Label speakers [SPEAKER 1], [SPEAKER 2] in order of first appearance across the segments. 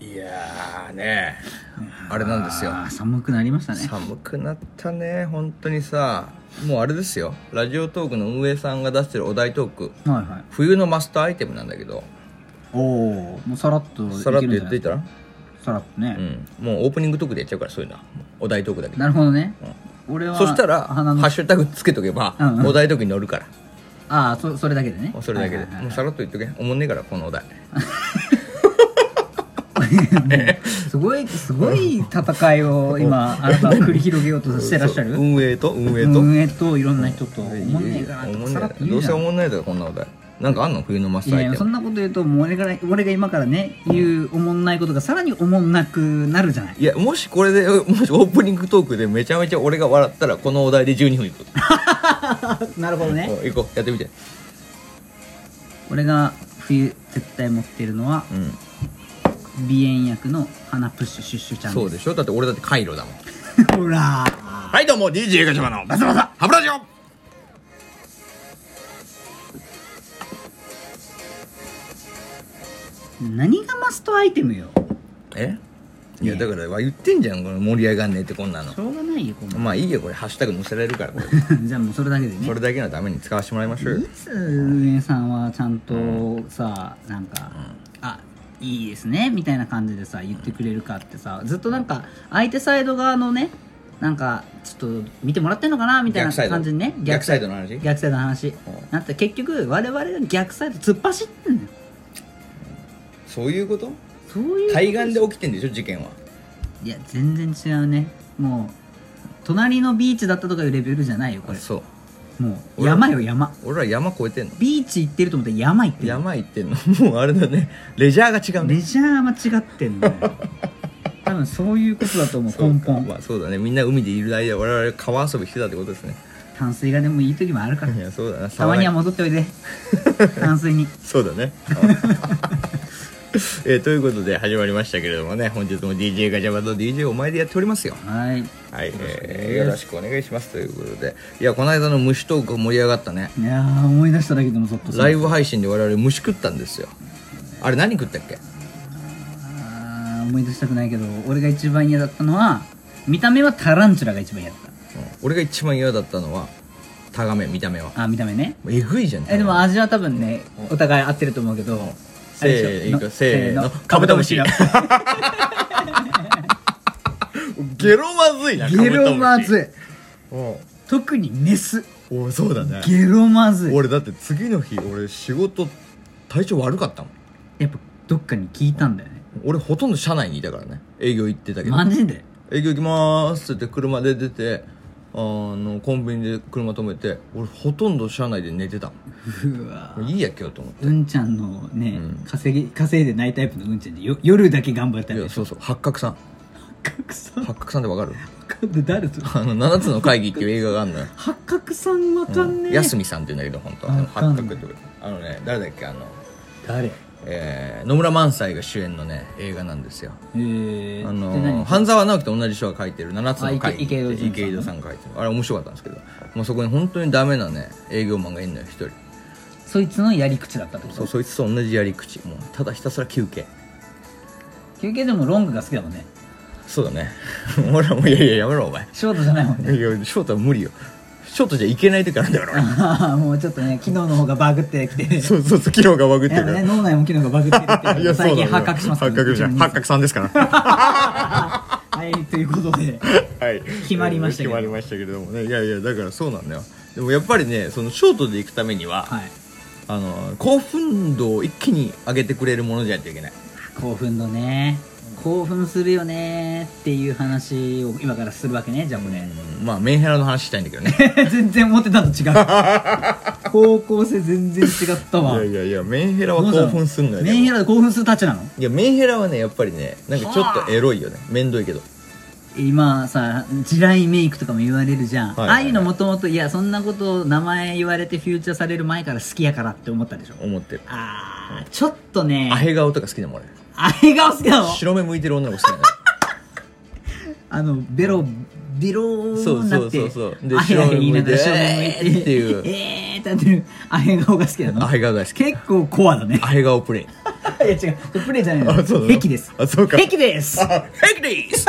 [SPEAKER 1] いやーねあれなんですよ
[SPEAKER 2] あー寒くなりましたね
[SPEAKER 1] 寒くなったね本当にさもうあれですよラジオトークの運営さんが出してるお題トーク
[SPEAKER 2] はいはい
[SPEAKER 1] 冬のマスターアイテムなんだけど
[SPEAKER 2] おおもうさらっといけるんじ
[SPEAKER 1] さ
[SPEAKER 2] ゃ
[SPEAKER 1] らっ
[SPEAKER 2] な
[SPEAKER 1] と
[SPEAKER 2] いで
[SPEAKER 1] 言
[SPEAKER 2] す
[SPEAKER 1] っ
[SPEAKER 2] か
[SPEAKER 1] ていたら
[SPEAKER 2] さらっとね、
[SPEAKER 1] うんもうオープニングトークでやっちゃうからそういうのはお題トークだけど
[SPEAKER 2] なるほどね、俺は
[SPEAKER 1] そしたらハ
[SPEAKER 2] 鼻の
[SPEAKER 1] ッシュタグつけとけば
[SPEAKER 2] うんうん
[SPEAKER 1] お題トークに乗るから
[SPEAKER 2] ああそそれだけでね
[SPEAKER 1] もうそ れだけで
[SPEAKER 2] はいはい
[SPEAKER 1] もうさらっと言っとけおもんねえからこのお題
[SPEAKER 2] はいすごいすごい戦いを今あなたは繰り広げようとしてらっしゃる
[SPEAKER 1] そう運営と運営と
[SPEAKER 2] 運営といろんな人と思んねえか
[SPEAKER 1] お
[SPEAKER 2] な
[SPEAKER 1] も
[SPEAKER 2] と
[SPEAKER 1] ん
[SPEAKER 2] さらっ
[SPEAKER 1] ね
[SPEAKER 2] と
[SPEAKER 1] え
[SPEAKER 2] 言
[SPEAKER 1] ど
[SPEAKER 2] う
[SPEAKER 1] う
[SPEAKER 2] じ
[SPEAKER 1] せ
[SPEAKER 2] ゃ
[SPEAKER 1] お
[SPEAKER 2] ん
[SPEAKER 1] もんないだろこんなお題なんかあんの冬のマス
[SPEAKER 2] い
[SPEAKER 1] ターア
[SPEAKER 2] や
[SPEAKER 1] イ
[SPEAKER 2] い
[SPEAKER 1] テ
[SPEAKER 2] や
[SPEAKER 1] ム
[SPEAKER 2] そんなこと言うともう俺が俺が今からね言うおもんないことがさらにおもんなくなるじゃない
[SPEAKER 1] いやもしこれでもしオープニングトークでめちゃめちゃ俺が笑ったらこのお題で12分いく
[SPEAKER 2] なるほどね
[SPEAKER 1] 行こうやってみて
[SPEAKER 2] 俺が冬絶対持ってるのは
[SPEAKER 1] うん
[SPEAKER 2] 鼻炎薬の鼻プッシュシュッシュちゃん
[SPEAKER 1] そうでしょだって俺だってカイロだもん
[SPEAKER 2] す ほら
[SPEAKER 1] はいどうも DJ ガチャマの松本ハブラジオ
[SPEAKER 2] 何がマストアイテムよ
[SPEAKER 1] えいやだからわ言ってんじゃんこの盛り上がんねえってこんなの
[SPEAKER 2] しょうがないよこんな
[SPEAKER 1] まあいいよこれハッシュタグ載せられるからこれ
[SPEAKER 2] じゃあもうそれだけでね
[SPEAKER 1] それだけのために使わせてもらいましょうよ
[SPEAKER 2] いつ運営さんはちゃんとさなんか、あいいですねみたいな感じでさ言ってくれるかってさずっとなんか相手サイド側のねなんかちょっと見てもらってんのかなみたいな
[SPEAKER 1] 逆サイド
[SPEAKER 2] 感じでね
[SPEAKER 1] 逆サイドの話
[SPEAKER 2] 逆サイドの話なんて結局我々が逆サイド突っ走ってんのよ
[SPEAKER 1] そういうこと
[SPEAKER 2] そういう
[SPEAKER 1] 対岸で起きてんでしょ事件はい
[SPEAKER 2] や全然違うねもう隣のビーチだったとかいうレベルじゃないよこれ
[SPEAKER 1] そう
[SPEAKER 2] もう山よ山
[SPEAKER 1] 俺ら山越えてんの
[SPEAKER 2] ビーチ行ってると思ったら山行ってる
[SPEAKER 1] 山行ってんの もうあれだねレジャーが違うね
[SPEAKER 2] レジャーは違っ てんのよ多分そういうことだと思う
[SPEAKER 1] そう
[SPEAKER 2] 根
[SPEAKER 1] か
[SPEAKER 2] 本
[SPEAKER 1] まあそうだねみんな海でいる間我々川遊びしてたってことですね
[SPEAKER 2] 淡水がでもいい時もあるから
[SPEAKER 1] いやそうだな
[SPEAKER 2] たまには
[SPEAKER 1] 騒が
[SPEAKER 2] 戻っておい で淡水に
[SPEAKER 1] そうだね えーということで始まりましたけれどもね本日も DJ ガチャバと DJ お前でやっておりますよ
[SPEAKER 2] はい
[SPEAKER 1] はい、えーよろしくお願いしますということでいやこの間の虫トーク盛り上がったね
[SPEAKER 2] いやー思い出しただけでもそっと
[SPEAKER 1] ライブ配信で我々虫食ったんですよあれ何食ったっけ
[SPEAKER 2] あー思い出したくないけど俺が一番嫌だったのは見た目はタランチュラが一番嫌だっ
[SPEAKER 1] 俺が一番嫌だったのはタガメ見た目は
[SPEAKER 2] たあ見た目ね
[SPEAKER 1] えぐいじゃん
[SPEAKER 2] えでも味は多分ねお互い合ってると思うけどあれでし
[SPEAKER 1] せ
[SPEAKER 2] ょ
[SPEAKER 1] ーのせーの
[SPEAKER 2] カブトムシ
[SPEAKER 1] カブトゲロまずいな
[SPEAKER 2] ゲロまず
[SPEAKER 1] い
[SPEAKER 2] い特にメス
[SPEAKER 1] おおそうだね
[SPEAKER 2] ゲロまずい
[SPEAKER 1] 俺だって次の日俺仕事体調悪かったもん
[SPEAKER 2] やっぱどっかに聞いたんだよね
[SPEAKER 1] 俺ほとんど社内にいたからね営業行ってたけど
[SPEAKER 2] マジで
[SPEAKER 1] 営業行きまーすって言って車で出てあのコンビニで車止めて俺ほとんど車内で寝てたも
[SPEAKER 2] うわ
[SPEAKER 1] んいいや今日と思っ
[SPEAKER 2] うんちゃんのね、
[SPEAKER 1] うん
[SPEAKER 2] 稼ぎ稼いでないタイプのうんちゃんでよ夜だけ頑張った
[SPEAKER 1] てい
[SPEAKER 2] よ
[SPEAKER 1] や
[SPEAKER 2] ね
[SPEAKER 1] そうそう八角さん
[SPEAKER 2] 八角さん
[SPEAKER 1] 八角さんってわかる
[SPEAKER 2] わかんない誰と
[SPEAKER 1] あの7つの会議っていう映画があるのよ
[SPEAKER 2] 八角さんわかんねえ、
[SPEAKER 1] やすみさんって言うんだけど本当は
[SPEAKER 2] わかん
[SPEAKER 1] 八
[SPEAKER 2] ない
[SPEAKER 1] 角ってあのね誰だっけあの、
[SPEAKER 2] 誰
[SPEAKER 1] えー野村萬斎が主演のね映画なんですよ
[SPEAKER 2] えー、
[SPEAKER 1] あ
[SPEAKER 2] で
[SPEAKER 1] の
[SPEAKER 2] 何
[SPEAKER 1] 半沢直樹と同じ人が書いてる「七つの会議」
[SPEAKER 2] あ池池井戸潤さん
[SPEAKER 1] 池井戸さんが書いてるあれ面白かったんですけどもうそこに本当にダメなね営業マンがいるのよ一人
[SPEAKER 2] そいつのやり口だったってこ
[SPEAKER 1] そ
[SPEAKER 2] と
[SPEAKER 1] うそいつと同じやり口もうただひたすら休憩
[SPEAKER 2] 休憩でもロングが好きだもんね
[SPEAKER 1] そうだね俺らもういやいややめろお前
[SPEAKER 2] ショートじゃないもんね
[SPEAKER 1] いや翔太は無理よ翔太じゃいけない時あるんだから俺
[SPEAKER 2] もうちょっとね昨日の方がバグってきて
[SPEAKER 1] そうそうそう機能がバグって
[SPEAKER 2] や
[SPEAKER 1] る
[SPEAKER 2] っ
[SPEAKER 1] か
[SPEAKER 2] ぱ
[SPEAKER 1] ら
[SPEAKER 2] ね脳内も昨日がバグってきてる
[SPEAKER 1] そ
[SPEAKER 2] って
[SPEAKER 1] うだ
[SPEAKER 2] 最
[SPEAKER 1] ね
[SPEAKER 2] 近発覚しますから
[SPEAKER 1] 発覚しました発覚さんですから
[SPEAKER 2] はいということで
[SPEAKER 1] はい
[SPEAKER 2] 決まりましたけど
[SPEAKER 1] 決まりましたけどもねいやいやだからそうなんだよでもやっぱりねそのショートで行くためには、
[SPEAKER 2] はい
[SPEAKER 1] あの興奮度を一気に上げてくれるものじゃないといけない
[SPEAKER 2] 興奮のね興奮するよねっていう話を今からするわけね じゃあこれ
[SPEAKER 1] まあメンヘラの話したいんだけどね
[SPEAKER 2] 全然思ってた のと違う方向性全然違った
[SPEAKER 1] い
[SPEAKER 2] わ
[SPEAKER 1] やいやいやメンヘラは興奮すんのよ
[SPEAKER 2] メンヘ
[SPEAKER 1] ラ
[SPEAKER 2] ラで興奮するタッチなの
[SPEAKER 1] いやメンヘラはねやっぱりねなんかちょっとエロいよねめんどいけど
[SPEAKER 2] 今さ地雷メイクとかも言われるじゃん、
[SPEAKER 1] はいはいはい
[SPEAKER 2] ああいうのもともといやそんなこと名前言われてフューチャーされる前から好きやからって思ったでしょ
[SPEAKER 1] 思ってる
[SPEAKER 2] あーちょっとね
[SPEAKER 1] アヘ顔とか好きだもん
[SPEAKER 2] あれが好きなの
[SPEAKER 1] 俺白目向いてる女の子好きなの
[SPEAKER 2] あのベロベローになって
[SPEAKER 1] そうそうそうそうで
[SPEAKER 2] あへあへ言いながら
[SPEAKER 1] 白
[SPEAKER 2] 正
[SPEAKER 1] 目向い
[SPEAKER 2] 面
[SPEAKER 1] て
[SPEAKER 2] 向
[SPEAKER 1] えー
[SPEAKER 2] いて
[SPEAKER 1] って
[SPEAKER 2] えーってなってるあへ顔が好き な
[SPEAKER 1] ア
[SPEAKER 2] の
[SPEAKER 1] ヘ顔大好き
[SPEAKER 2] 結構コアだね
[SPEAKER 1] アヘ顔プレイ
[SPEAKER 2] えや違うプレーじゃない
[SPEAKER 1] あそうな
[SPEAKER 2] の
[SPEAKER 1] の
[SPEAKER 2] 癖です
[SPEAKER 1] あそうか
[SPEAKER 2] 癖です
[SPEAKER 1] あヘクリース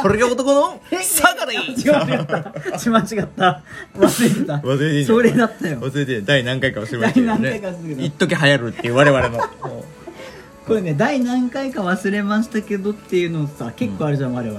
[SPEAKER 1] それが男のサガリ
[SPEAKER 2] 違う違った間違った忘れてた
[SPEAKER 1] 忘れてんじゃん
[SPEAKER 2] それだったよ
[SPEAKER 1] 忘れてん第何回か忘れましたけど
[SPEAKER 2] 第何
[SPEAKER 1] ね
[SPEAKER 2] 回か忘れたけど
[SPEAKER 1] 一時流行るっていう我々の
[SPEAKER 2] これね第何回か忘れましたけどっていうのさ結構あるじゃん、我々、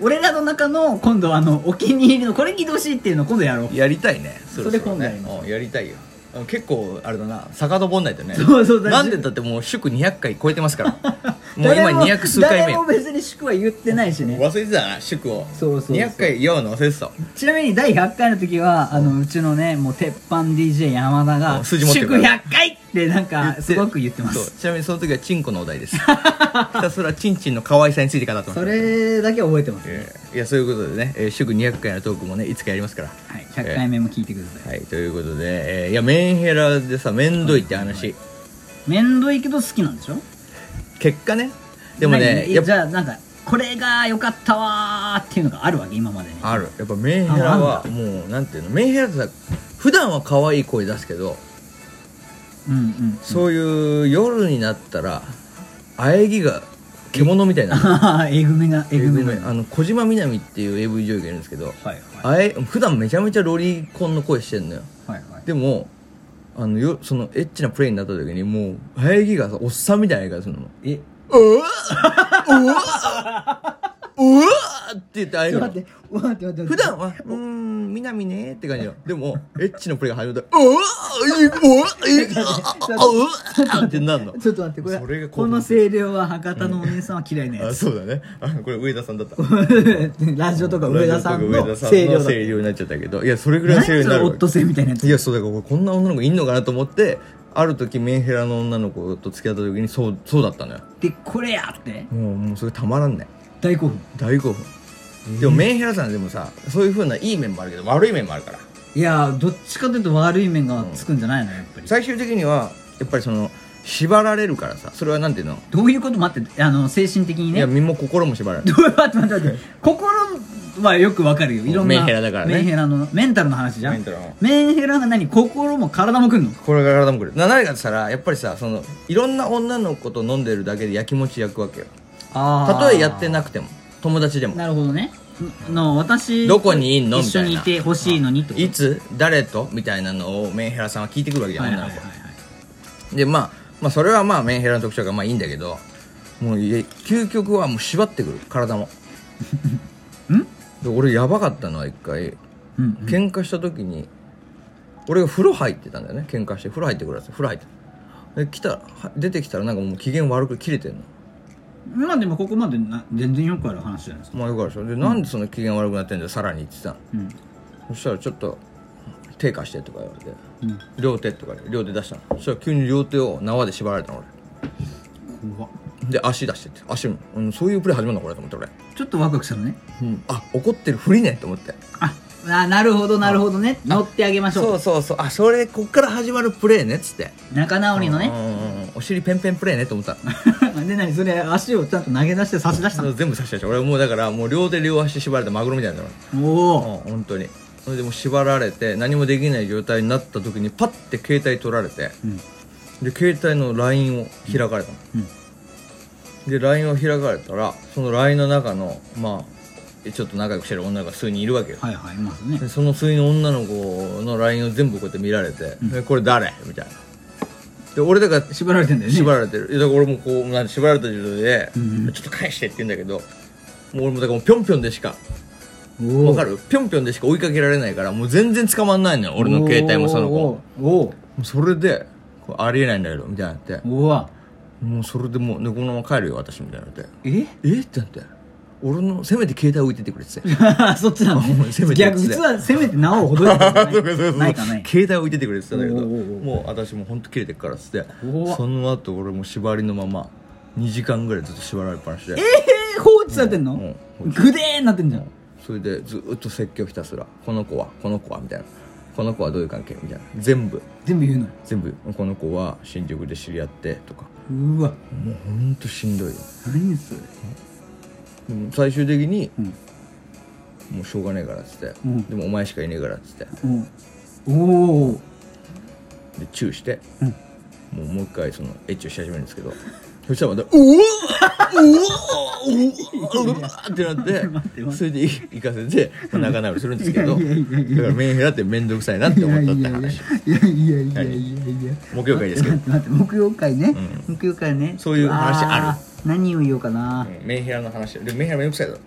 [SPEAKER 2] 俺らの中の今度あのお気に入りのこれ聞いてほしいっていうのを今度やろう
[SPEAKER 1] やりたいね
[SPEAKER 2] それ
[SPEAKER 1] ろろね
[SPEAKER 2] 今度
[SPEAKER 1] うんやりたいようん結構あれだな遡んないとね
[SPEAKER 2] そうそう大丈夫
[SPEAKER 1] なんでだってもう祝200回超えてます からもう今
[SPEAKER 2] 誰
[SPEAKER 1] 200数回目
[SPEAKER 2] 誰も別に祝は言ってないしね
[SPEAKER 1] 忘れてたな祝を
[SPEAKER 2] そうそうそう
[SPEAKER 1] 200回祝うの忘れてたわ
[SPEAKER 2] ちなみに第100回の時はあのうちのねもう鉄板 DJ 山田
[SPEAKER 1] う
[SPEAKER 2] が
[SPEAKER 1] ん
[SPEAKER 2] 「
[SPEAKER 1] 数字持ってる
[SPEAKER 2] 祝
[SPEAKER 1] から
[SPEAKER 2] 100回!」ってなん
[SPEAKER 1] 言っ
[SPEAKER 2] か
[SPEAKER 1] て
[SPEAKER 2] すごく言ってま
[SPEAKER 1] そう
[SPEAKER 2] す
[SPEAKER 1] ちなみにその時はチンコのお題です ひたすらチンチンの可愛さについて語ってました
[SPEAKER 2] それだけ覚えてます、
[SPEAKER 1] えーいやそういうことでね、えー祝200回のトークもねいつかやりますから
[SPEAKER 2] はい、100回目も聞いてくださ
[SPEAKER 1] は
[SPEAKER 2] い、
[SPEAKER 1] いということで、えーいやメンヘラでさめんどいって話
[SPEAKER 2] めんどいけど好きなんでしょ
[SPEAKER 1] 結果ねでもね
[SPEAKER 2] 何
[SPEAKER 1] やっ
[SPEAKER 2] じ
[SPEAKER 1] ぱ
[SPEAKER 2] ゃあなんかこれが良かったわーっていうのがあるわけ今までね
[SPEAKER 1] あるやっぱメンヘラはもうなんていうのメンヘラってさ普段は可愛い声出すけど、
[SPEAKER 2] うんうん
[SPEAKER 1] そういう夜になったら喘ぎが獣みたいな
[SPEAKER 2] ああえぐめがえぐめが
[SPEAKER 1] あの小島みなみっていう AV 女優がいるんですけど、
[SPEAKER 2] はいは
[SPEAKER 1] あ
[SPEAKER 2] い
[SPEAKER 1] え普段めちゃめちゃロリコンの声してんのよ
[SPEAKER 2] はいはい
[SPEAKER 1] でもあのよそのエッチなプレイになった時にもう喘ぎがさおっさんみたいな言い方するの
[SPEAKER 2] え
[SPEAKER 1] うわうわうわって言ってあえ
[SPEAKER 2] ちょ
[SPEAKER 1] る
[SPEAKER 2] っと
[SPEAKER 1] の
[SPEAKER 2] 待って待って待って
[SPEAKER 1] 普段は「うーん南ね」って感 じよでもエッチのプレイが始まったら「うわうわ うわうわ」ってなるの
[SPEAKER 2] ちょっと待ってこれ
[SPEAKER 1] それが興奮
[SPEAKER 2] この声量は博多のお姉さんは嫌いなや
[SPEAKER 1] あ
[SPEAKER 2] つ、
[SPEAKER 1] そうだねあこれ上田さんだった
[SPEAKER 2] ラジオとか上田さん
[SPEAKER 1] 上田
[SPEAKER 2] の
[SPEAKER 1] さ
[SPEAKER 2] 声量だ
[SPEAKER 1] 声量になっちゃったけどいやそれぐらいの
[SPEAKER 2] 何そ
[SPEAKER 1] 声量
[SPEAKER 2] れ
[SPEAKER 1] になる
[SPEAKER 2] オ
[SPEAKER 1] わ
[SPEAKER 2] ットセイみたいなやつ
[SPEAKER 1] いやそうだから俺こんな女の子いんのかなと思ってある時メンヘラの女の子と付き合った時にそうそうだったのよ
[SPEAKER 2] でこれやって
[SPEAKER 1] もうもうそれたまらんね
[SPEAKER 2] 大興奮
[SPEAKER 1] 大興奮でもメンヘラさんでもさそういうふうないい面もあるけど悪い面もあるから
[SPEAKER 2] いやーどっちかというと悪い面がつくんじゃないのやっぱり
[SPEAKER 1] 最終的にはやっぱりその縛られるからさそれはなんていうの、
[SPEAKER 2] どういうこと待ってあの精神的に
[SPEAKER 1] い
[SPEAKER 2] ね
[SPEAKER 1] や身も心も縛られる
[SPEAKER 2] どう待って待って待って心はよくわかるよいろんな
[SPEAKER 1] メンヘラだからね
[SPEAKER 2] メンヘラのメンタルの話じゃん
[SPEAKER 1] メンタルの
[SPEAKER 2] メンヘラが何心も体もくんの
[SPEAKER 1] これが体もくるな何かってさらやっぱりさそのいろんな女の子と飲んでるだけでやきもち焼くわけよた
[SPEAKER 2] あ
[SPEAKER 1] とえやってなくても友達でも
[SPEAKER 2] なるほどねの私
[SPEAKER 1] どこにいんの
[SPEAKER 2] 一緒にい
[SPEAKER 1] みたいな
[SPEAKER 2] てほしいのにってこと
[SPEAKER 1] いつ誰とみたいなのをメンヘラさんは聞いてくるわけじゃん、
[SPEAKER 2] はいはいはい
[SPEAKER 1] 女
[SPEAKER 2] は
[SPEAKER 1] の子で、まあ、まあそれはまあメンヘラの特徴がまあいいんだけどもういえ究極はもう縛ってくる体 も
[SPEAKER 2] いん
[SPEAKER 1] で俺やばかったのは一回
[SPEAKER 2] うん
[SPEAKER 1] 喧嘩した時に俺が風呂入ってたんだよね喧嘩して風呂入ってくるやつ風呂入ってで来たらは出てきたらなんかもう機嫌悪く切れてんの
[SPEAKER 2] まあでもここまでな全然よくある話じゃないですか
[SPEAKER 1] まあよくあるでしょでなんでそんな機嫌悪くなってんだよさらにって言って
[SPEAKER 2] うん
[SPEAKER 1] たのそしたらちょっと手貸してとか言われて
[SPEAKER 2] うん
[SPEAKER 1] 両手とか両手出したのそしたら急に両手を縄で縛られたの俺
[SPEAKER 2] 怖っ
[SPEAKER 1] で足出してって足も、うん、そういうプレー始まるのこれと思って俺、
[SPEAKER 2] ちょっとワクワクしたのね
[SPEAKER 1] うん、あ怒ってるふりねと思って
[SPEAKER 2] ああなるほどなるほどね乗ってあげましょ
[SPEAKER 1] そうそうそうあそれこっから始まるプレーねっつって
[SPEAKER 2] う仲直りの
[SPEAKER 1] う
[SPEAKER 2] ね
[SPEAKER 1] んうんうんお尻ペンペンプレーねと思った
[SPEAKER 2] で何それ足をちゃんと投げ出して差し出したの
[SPEAKER 1] 全部刺したでしょ俺もうだからもう両手両足縛られてマグロみたいになる
[SPEAKER 2] お
[SPEAKER 1] うん
[SPEAKER 2] お
[SPEAKER 1] 本当にそれでもう縛られて何もできない状態になった時にパッて携帯取られて
[SPEAKER 2] うん
[SPEAKER 1] で携帯の LINE を開かれたの、
[SPEAKER 2] うん
[SPEAKER 1] で LINE を開かれたらその LINE の中のまあちょっと仲良くしてる女が数人いるわけよ
[SPEAKER 2] はいはいいますね
[SPEAKER 1] でその数人の女の子の LINE を全部こうやって見られて「えこれ誰?」みたいなで俺だから
[SPEAKER 2] 縛られてんだよね
[SPEAKER 1] 縛られてるいやだから俺もこうなんか縛られた状態で、
[SPEAKER 2] うんうん
[SPEAKER 1] ちょっと返してって言うんだけどもう俺もだからもうぴょんぴょんでしか
[SPEAKER 2] お
[SPEAKER 1] わかるぴょんぴょんでしか追いかけられないからもう全然捕まんないのよ俺の携帯もその子も
[SPEAKER 2] おお
[SPEAKER 1] それでこうありえないんだけどみたいになって
[SPEAKER 2] おおわ
[SPEAKER 1] もうそれでもう、ね、このまま帰るよ私みたいになって
[SPEAKER 2] え
[SPEAKER 1] えってなって俺のせめて携帯置いててくれって言って
[SPEAKER 2] そっちなのね
[SPEAKER 1] せめてや
[SPEAKER 2] 逆
[SPEAKER 1] つだよ
[SPEAKER 2] 実はせめて縄をほどい
[SPEAKER 1] あ
[SPEAKER 2] て
[SPEAKER 1] そ うかそうか
[SPEAKER 2] な
[SPEAKER 1] そ
[SPEAKER 2] いうないかない
[SPEAKER 1] 携帯置いててくれって言ってたんだけど
[SPEAKER 2] おうおうおう
[SPEAKER 1] もう私もう本当切れてっからっつって
[SPEAKER 2] おう
[SPEAKER 1] その後俺も縛りのまま2時間ぐらいずっと縛られっぱなしで
[SPEAKER 2] ええー、放置されてんの
[SPEAKER 1] うんうん
[SPEAKER 2] グデーなってんじゃん
[SPEAKER 1] それでずっと説教ひたすら「この子はこの子は」みたいな「この子はどういう関係?」みたいな全部
[SPEAKER 2] 全部言うの
[SPEAKER 1] 全部「この子は新宿で知り合って」とか
[SPEAKER 2] うわ
[SPEAKER 1] もうほんとしんどいよ
[SPEAKER 2] 何それ
[SPEAKER 1] でも最終的に
[SPEAKER 2] うん
[SPEAKER 1] 「もうしょうがねえから」っつって「
[SPEAKER 2] うん
[SPEAKER 1] でもお前しかいねえから」っつって
[SPEAKER 2] おおお
[SPEAKER 1] でチューして
[SPEAKER 2] うん
[SPEAKER 1] もうもう一回そのエッチをし始めるんですけどそしたらまた「うおーうおーうおーうおーってな
[SPEAKER 2] 待って
[SPEAKER 1] って
[SPEAKER 2] 待って
[SPEAKER 1] それで行かせてまあ仲直りするんですけど
[SPEAKER 2] い
[SPEAKER 1] だ
[SPEAKER 2] やいやいやいや
[SPEAKER 1] からメンヘラって面倒くさいなって思ったって話
[SPEAKER 2] いやいやいやいやいやいや
[SPEAKER 1] 木曜会ですけど
[SPEAKER 2] 待って待って木曜会ね、木曜会ね
[SPEAKER 1] そういう話ある
[SPEAKER 2] わー何を言おうかな、
[SPEAKER 1] うんメンヘラの話でもメンヘラ面倒くさいだろ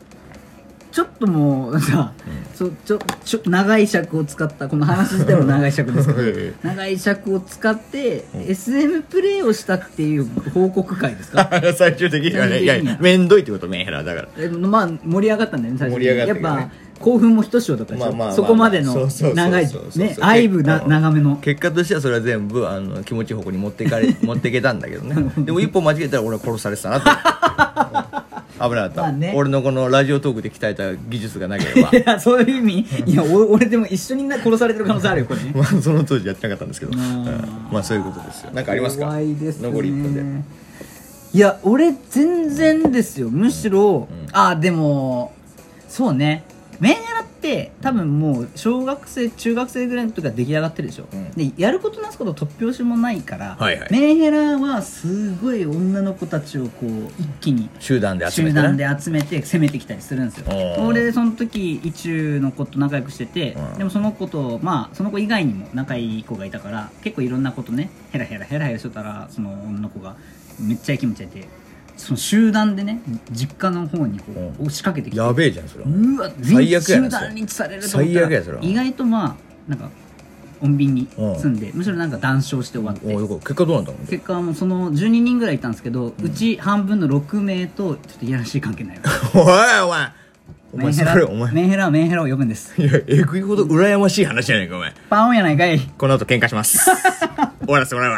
[SPEAKER 2] ちょっともうさ、ちょちょちょ長い尺を使ったこの話自体も長い尺ですけ
[SPEAKER 1] いやいや
[SPEAKER 2] ど長い尺を使って、SM プレイをしたっていう報告会ですか
[SPEAKER 1] 最終的にはねいやいや面倒いってことメンヘラだから
[SPEAKER 2] えまあ盛り上がったんだよね最初
[SPEAKER 1] 盛り上がったけどね
[SPEAKER 2] やっぱ興奮もひとしおだったでしょ、
[SPEAKER 1] まあまあまあ
[SPEAKER 2] そこまでの
[SPEAKER 1] そうそうそうそう
[SPEAKER 2] 長い
[SPEAKER 1] そうそうそう
[SPEAKER 2] ね愛部な
[SPEAKER 1] うん
[SPEAKER 2] 長めの
[SPEAKER 1] 結果としてはそれは全部あの気持ちいい方向に持っていか れ持っていけたんだけどねでも一歩間違えたら俺は殺されてた なってうん危なかった、
[SPEAKER 2] まあね
[SPEAKER 1] 俺のこのラジオトークで鍛えた技術がなけれ ば
[SPEAKER 2] いやそういう意味いやお俺でも一緒にな殺されてる可能性あるよこれね
[SPEAKER 1] まあその当時やってなかったんですけど、
[SPEAKER 2] あー
[SPEAKER 1] うんまあそういうことですよなんかありますか
[SPEAKER 2] 怖いですね
[SPEAKER 1] 残り1分で
[SPEAKER 2] いや俺全然ですよむしろ、あでもそうねメンヘラって多分もう小学生中学生ぐらいの時から出来上がってるでしょ、
[SPEAKER 1] うん
[SPEAKER 2] でやることなすこと突拍子もないから、
[SPEAKER 1] はいはい
[SPEAKER 2] メンヘラはすごい女の子たちをこう一気に
[SPEAKER 1] 集団で集め
[SPEAKER 2] 集
[SPEAKER 1] てな
[SPEAKER 2] 団で集めて攻めてきたりするんですよ
[SPEAKER 1] おー
[SPEAKER 2] 俺その時意中の子と仲良くしてて、
[SPEAKER 1] うん
[SPEAKER 2] でもその子とまあその子以外にも仲いい子がいたから結構いろんなことねヘラヘラヘラヘラしてたらその女の子がめっちゃイケメちゃいてその集団でね実家の方にこ
[SPEAKER 1] うん
[SPEAKER 2] う押しかけてきて
[SPEAKER 1] やべえじゃんそれは
[SPEAKER 2] うわ全
[SPEAKER 1] 最
[SPEAKER 2] 員
[SPEAKER 1] 悪や
[SPEAKER 2] 集
[SPEAKER 1] なそれ
[SPEAKER 2] 団リンチされると思ったら
[SPEAKER 1] 最悪やそれは
[SPEAKER 2] 意外とまあなんか穏便に
[SPEAKER 1] うん
[SPEAKER 2] 済んでむしろなんか談笑して終わって
[SPEAKER 1] およかった結果どうなんだろう
[SPEAKER 2] 結果はもうその12人ぐらいいたんですけど、うち半分の6名とちょっといやらしい関係になりました
[SPEAKER 1] おいお前お
[SPEAKER 2] メ
[SPEAKER 1] 前
[SPEAKER 2] ンヘ
[SPEAKER 1] そ
[SPEAKER 2] ラ
[SPEAKER 1] れお前
[SPEAKER 2] メンヘラはメンヘラを呼ぶんです
[SPEAKER 1] いやえぐいほど羨ましい話じゃないかお前
[SPEAKER 2] パオンやないかい
[SPEAKER 1] この後喧嘩します終わらせてもらうわ